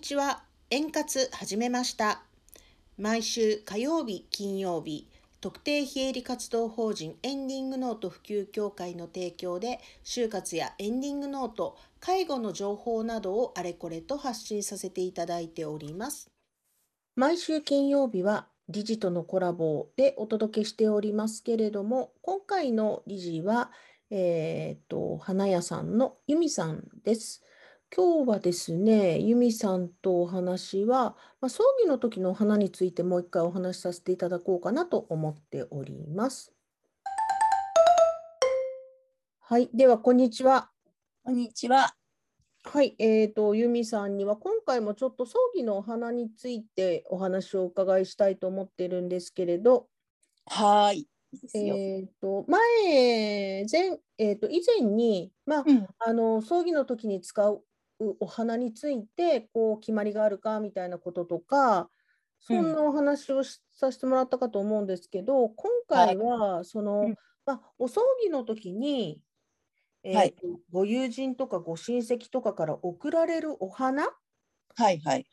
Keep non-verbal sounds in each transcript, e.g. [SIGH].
ちは円滑始めました毎週火曜日金曜日特定非営利活動法人エンディングノート普及協会の提供で就活やエンディングノート介護の情報などをあれこれと発信させていただいております毎週金曜日は理事とのコラボでお届けしておりますけれども今回の理事はえーと花屋さんの由美さんです今日はですね、由美さんとお話は、まあ、葬儀の時のお花についてもう一回お話しさせていただこうかなと思っております。はい、ではこんにちは。こんにちは。はい、えーと由美さんには今回もちょっと葬儀のお花についてお話をお伺いしたいと思ってるんですけれど、はーい。いいですよえーと前前えーと以前にまあうん、あの葬儀の時に使うお花についてこう決まりがあるかみたいなこととかそんなお話をしさせてもらったかと思うんですけど今回はその、うんまあ、お葬儀の時に、えーはいとご友人とかご親戚とかから贈られるお花はいはいはい。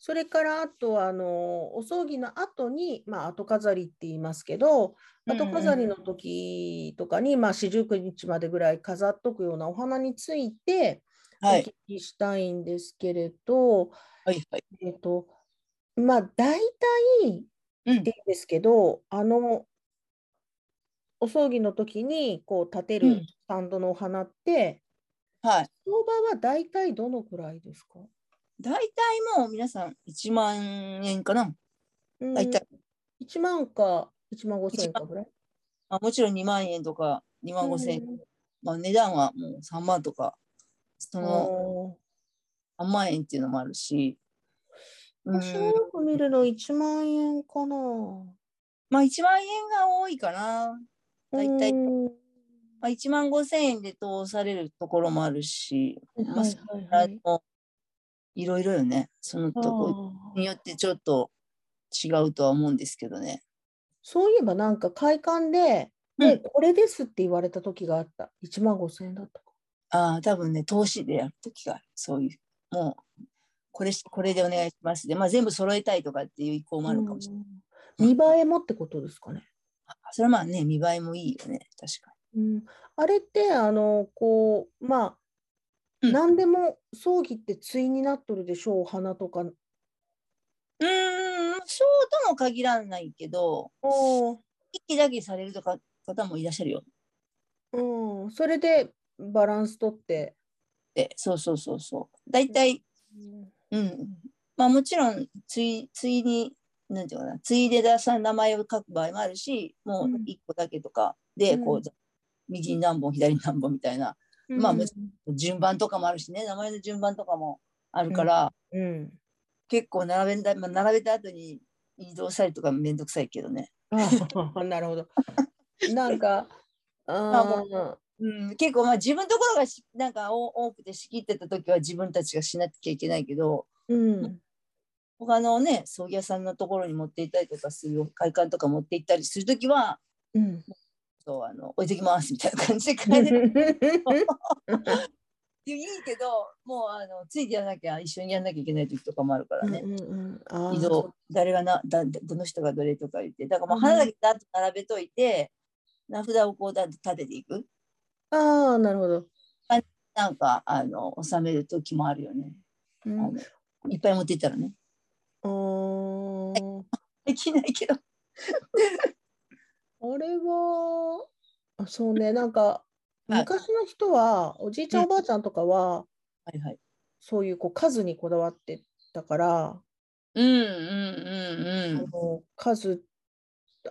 それからあとはあのお葬儀の後に、まあ、後飾りって言いますけど後飾りの時とかに、まあ、四十九日までぐらい飾っとくようなお花についておはい聞きしたいんですけれど、はいはい。えっとまあ大体うんでいいですけどあのお葬儀の時にこう立てうるんスタンドのお花って、はい。相場は大体どのくらいですか大体もう皆さん1万円かな。うん大体1万か1万5千円かぐらいまあ、もちろん2万円とか2万5千円。まあ、値段はもう3万とか、そのの3万円っていうのもあるし。う私もん、よく見るの1万円かな。まあ1万円が多いかな。大体うんはまあ、1万5千円で通されるところもあるし、いまあそはいはあい。のいろいろよね。そのとこあーによってちょっと違うとは思うんですけどね。そういえばなんか会館で、うんもうこれですって言われた時があった。1万5千円だったか。ああ、多分ね、投資でやるときがある、そういう、もう、これし、これでお願いしますで、まあ、全部揃えたいとかっていう意向もあるかもしれない。うん見栄えもってことですかね。それはまあね、見栄えもいいよね、確かうん、あれってあのこうまあ、うん何でも葬儀って対になっとるでしょうお花とか。に。うーん、そうとも限らないけど、一気だけされるとか方もいらっしゃるよっうん、それでバランス取って。て、そうそうそうそう。大体、うん。まあもちろん、つい、ついに、なんていうのかな、ついでださん名前を書く場合もあるし、もう一個だけとかで、うんこうんう、右に何本、左に何本みたいな。まあうんもち順番とかもあるしね名前の順番とかもあるから、うん、結構並べた、まあ、並べた後に移動したりとかめんどくさいけどね、あ [LAUGHS] なるほど。なんか、あもあうん、結構まあ自分のところがしなんかお多くて仕切ってた時は自分たちがしなきゃいけないけどーうん、他のね葬儀屋さんのところに持って行ったりとかする会館とか持って行ったりする時はうん。そうあの置いてきますみたいな感じで帰れる [LAUGHS] いいけどもうあのついてやらなきゃ一緒にやらなきゃいけない時とかもあるからね。うんうんうんあー移動誰がなだどの人がどれとか言ってだからもううん花だけだっと並べといて、名札をこうだっと立てていくあー、なるほど。なんかあの収める時もあるよね、うあんのいっぱい持っていったらねあーできないけどあれは、あそうね、なんか、はい昔の人は、おじいちゃん、うおばあちゃんとかは、はいはいそういうこう数にこだわってたから、うんうんあうんうんの数、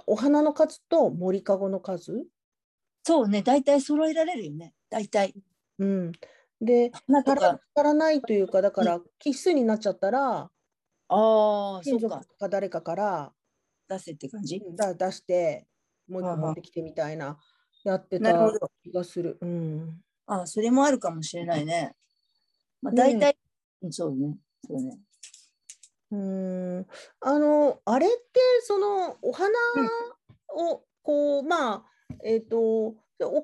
お花の数と森かごの数。そうね大体揃えられるよね大体うん、で、花と足らか足らないというか、だから、奇数になっちゃったら、ああそ親うか族か誰かから出せって感じ、うんだ出して、もう一は個いはい持ってきてみたいな、やってなるたほど気がする。うん。ああそれもあるかもしれないね、まあ、ね大体、うんそうねそうねうーんあのあれってそのお花をこうまあえっ、とお香典っ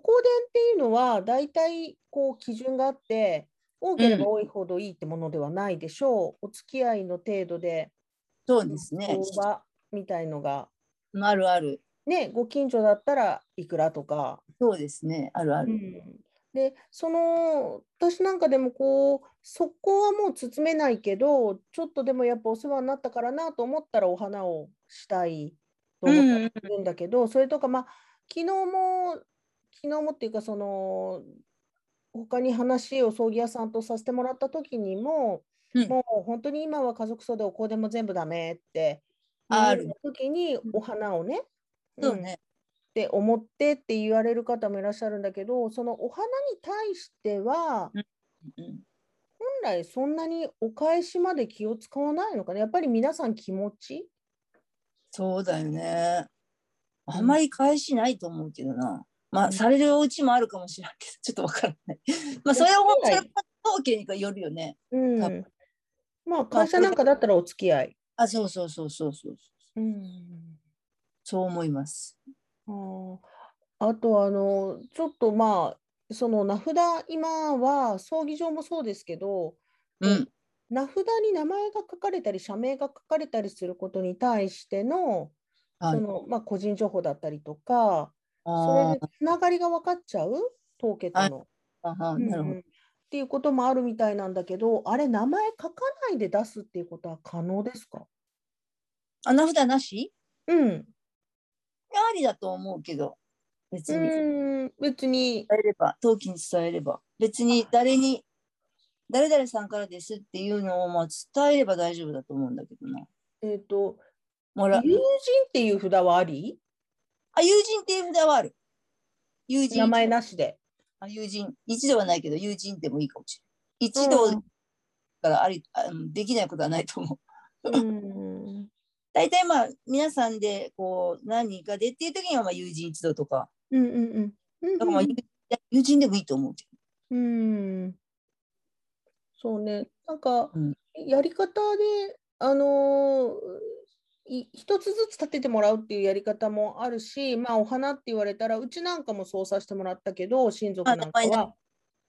ていうのは大体こう基準があって多ければ多いほどいいってものではないでしょう。お付き合いの程度でそうですね。相場みたいのが、あるある。ね、ご近所だったらいくらとか。そうですね。あるある。でその私なんかでもこうそこはもう包めないけどちょっとでもやっぱお世話になったからなと思ったらお花をしたいと思ったりするんだけど、それとかまあ昨日も昨日もっていうかその他に話を葬儀屋さんとさせてもらった時にも、うんもう本当に今は家族葬でお香でも全部ダメってある言う時にお花をね、そううんね。って思ってって言われる方もいらっしゃるんだけどそのお花に対してはうん本来そんなにお返しまで気を使わないのかなやっぱり皆さん気持ちそうだよね。あんまり返しないと思うけどな。まあ、されるお家もあるかもしれないけど、 [LAUGHS] ちょっとわからない。まあ、それは本当に統計によるよね。うん多分まあ会社なんかだったらお付き合い。あ、そうそうそうそうそう。うんそう思います。あーあとあのちょっとまあその名札今は葬儀場もそうですけどうん。名札に名前が書かれたり社名が書かれたりすることに対しての,、はいそのまあ、個人情報だったりとかそあれでつながりが分かっちゃう凍結はいの、ああ、なるうんほうんど。っていうこともあるみたいなんだけどあれ名前書かないで出すっていうことは可能ですかあ、名札なしうんありだと思うけど、別に伝うん別にえれば、登記に伝えれば、別に誰に、誰々さんからですっていうのをまあ伝えれば大丈夫だと思うんだけどな。えっ、ともら友人っていう札はありあ、友人っていう札はある。友人。名前なしで。あ友人。一度はないけど、友人でもいいかもしれない。一度うんからあり、あうんできないことはないと思う。うん大体まあ、皆さんで、こう、何人かでっていう時には、まあ、友人一度とか、うんうんうんだからまあ友友人でもいいと思うけど。うん、そうね、なんかうんやり方で、あのーい一つずつ立ててもらうっていうやり方もあるし、まあ、お花って言われたら、うちなんかもそうさせてもらったけど、親族あなんか名前は、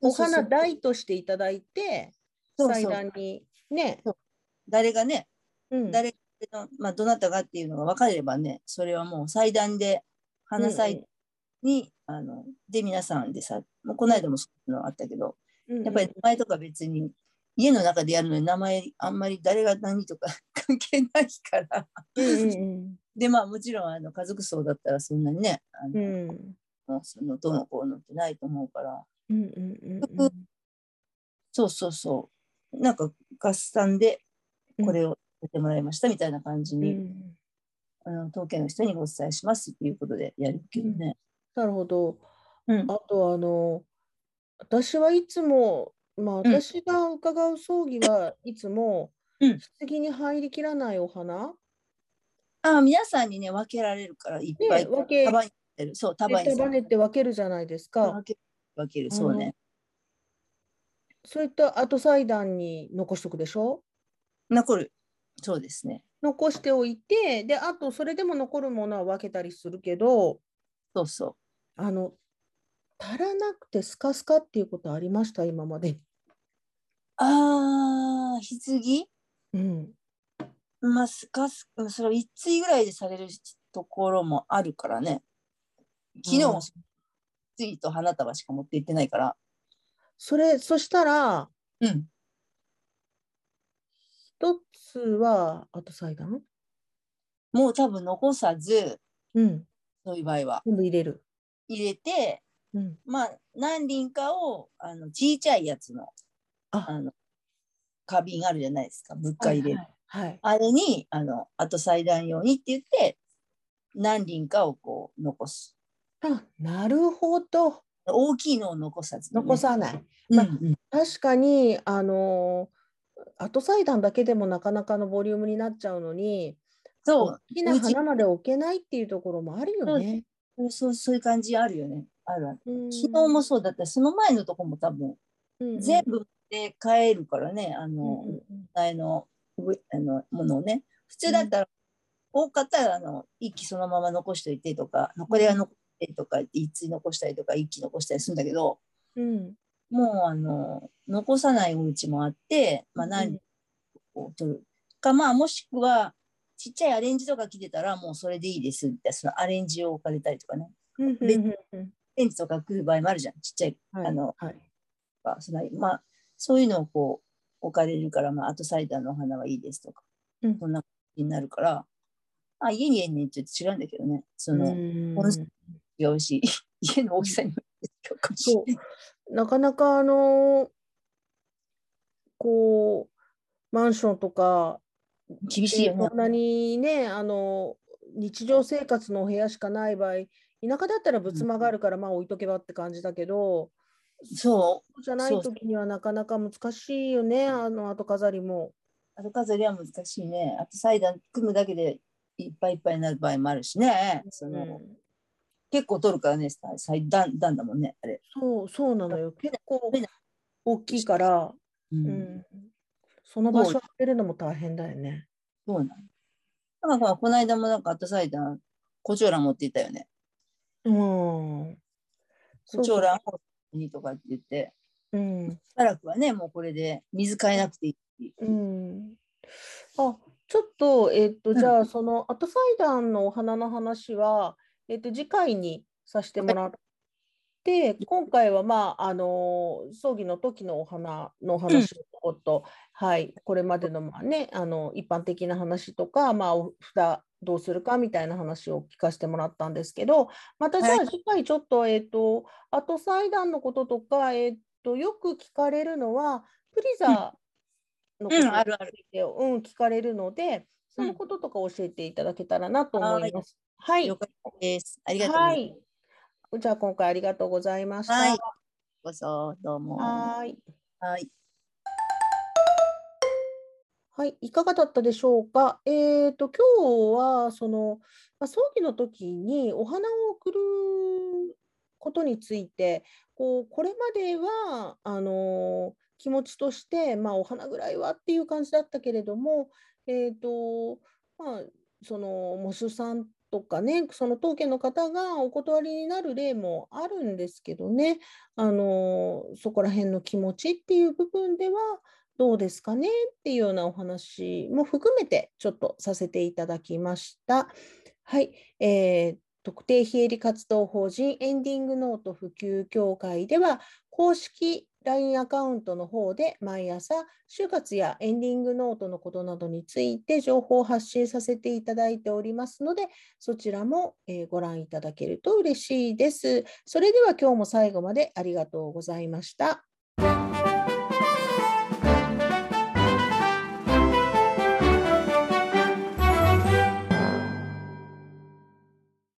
お花そうそうそう代としていただいて、そう祭そう壇にね、誰がね、うん誰の、まあ、どなたがっていうのが分かればね、それはもう祭壇で、花祭に、あの、で、皆さんでさ、もうこの間もそういうのあったけど、うんうんやっぱり名前とか別に家の中でやるのに名前あんまり誰が何とか [LAUGHS] 関係ないから。うんうんでまあもちろんあの家族葬だったらそんなにね、あうんうのん [LAUGHS] そのどうのこうのってないと思うから、うんうんうんうんそうそうそう、なんか合算でこれをやってもらいましたみたいな感じうに、んあの統計の人にお伝えしますっていうことでやるけどね。なるほど。うん、あとあの私はいつも、まあ、ん私が伺う葬儀はいつも、うん棺に入りきらないお花ああ皆さんにね分けられるからいっぱい、ね分け束に入ってるそう束にでさ束ねて分けるじゃないですか。分け分けるそうね。そういった後祭壇に残しとくでしょ残るそうですね。残しておいてであとそれでも残るものは分けたりするけどそうそう。あの足らなくてスカスカっていうことありました今まで。ああ、棺うん、まあ、すかす、うんそれは一対ぐらいでされるところもあるからね。昨日うもん一対と花束しか持って行ってないから。それそしたらうん。一つは後祭壇、もう多分残さず、うん、そういう場合は全部入れる。入れて、うんまあ、何輪かを、あの、ちいちゃいやつの、ああの、花瓶あるじゃないですか。ぶっか入れる。はい、はいあれに、あの、後祭壇用にって言って、何輪かをこう、残す。あなるほど大きいのを残さず、残さない、うん、まあうん確かにあのー後祭壇だけでもなかなかのボリュームになっちゃうのにそう大。きな花まで置けないっていうところもあるよね。そうそうそういう感じあるよね。あるある。昨昨日もそうだったしその前のとこも多分、全部で買えるからね、あの、前の上あのものをね。普通だったら、多かったら、あの、一気そのまま残しといてとか、残りは残ってとか、一気残したりとか、一気残したりするんだけど、もうあの残さないお家もあって、まあ、何を取るか、まあもしくはちっちゃいアレンジとか来てたらもうそれでいいですみたいなそのアレンジを置かれたりとかねうんでうんうんアレンジとか来る場合もあるじゃんちっちゃい、はいあのはいかそのまあそういうのをこう置かれるから、まあ、アートサイダーのお花はいいですとか、うんそんな感じになるからあ家にえんねんって言うと違うんだけどねその、うん本数違うし [LAUGHS] 家の大きさにも違うかもしれそないうなかなかあのこうマンションとか厳しいよねこんなにねあの日常生活のお部屋しかない場合田舎だったら仏間があるからまあ置いとけばって感じだけど、そうそうじゃないそう時にはなかなか難しいよねあの後飾りも。アルカザリは難しいね。あとサイダー組むだけでいっぱいいっぱいになる場合もあるしね。そのうん結構取るからね、サイサイ段段だもんね、あれ。そうそうなのよ結構ダメだ大きいから、う。うんん、その場所を開けるのも大変だよね。そうなの。なんかほらこの間もなんかアトサイダー、コチョウラン持っていったよね。うん。そうコチョそうウランをにとかって言って、うん。しばらくはね、もうこれで水変えなくていい。うん。あ、ちょっと、えっと、んじゃあ、その、後祭壇のお花の話は、えっと、次回にさせてもらって、今回は、まあ、あの、葬儀の時のお花の話をちょこっと、はい、これまでの、まあね、あの、一般的な話とか、まあ、お札どうするかみたいな話を聞かせてもらったんですけど、またじゃはあ、次回ちょっと、えっと、後祭壇のこととか、えっと、よく聞かれるのは、プリザのことうにんあるあるついて、うん聞かれるので、そのこととか教えていただけたらなと思います。はい。よかったです。ありがとうござはいい。じゃあ今回ありがとうございました。ます。はい。ごそうどうも。ははーい。い。はい、いかがだったでしょうか。えーと、今日はその、まあ、葬儀の時にお花を贈ることについて、こうこれまではあの気持ちとして、まあ、お花ぐらいはっていう感じだったけれども、えーとまあ、その喪主さんとかね、その当家の方がお断りになる例もあるんですけどね、あのそこら辺の気持ちっていう部分では、どうですかねっていうようなお話も含めてちょっとさせていただきました。はい、えー特定非営利活動法人エンディングノート普及協会では公式 LINE アカウントの方で毎朝就活やエンディングノートのことなどについて情報を発信させていただいておりますのでそちらもえーご覧いただけると嬉しいです。それでは今日も最後までありがとうございました。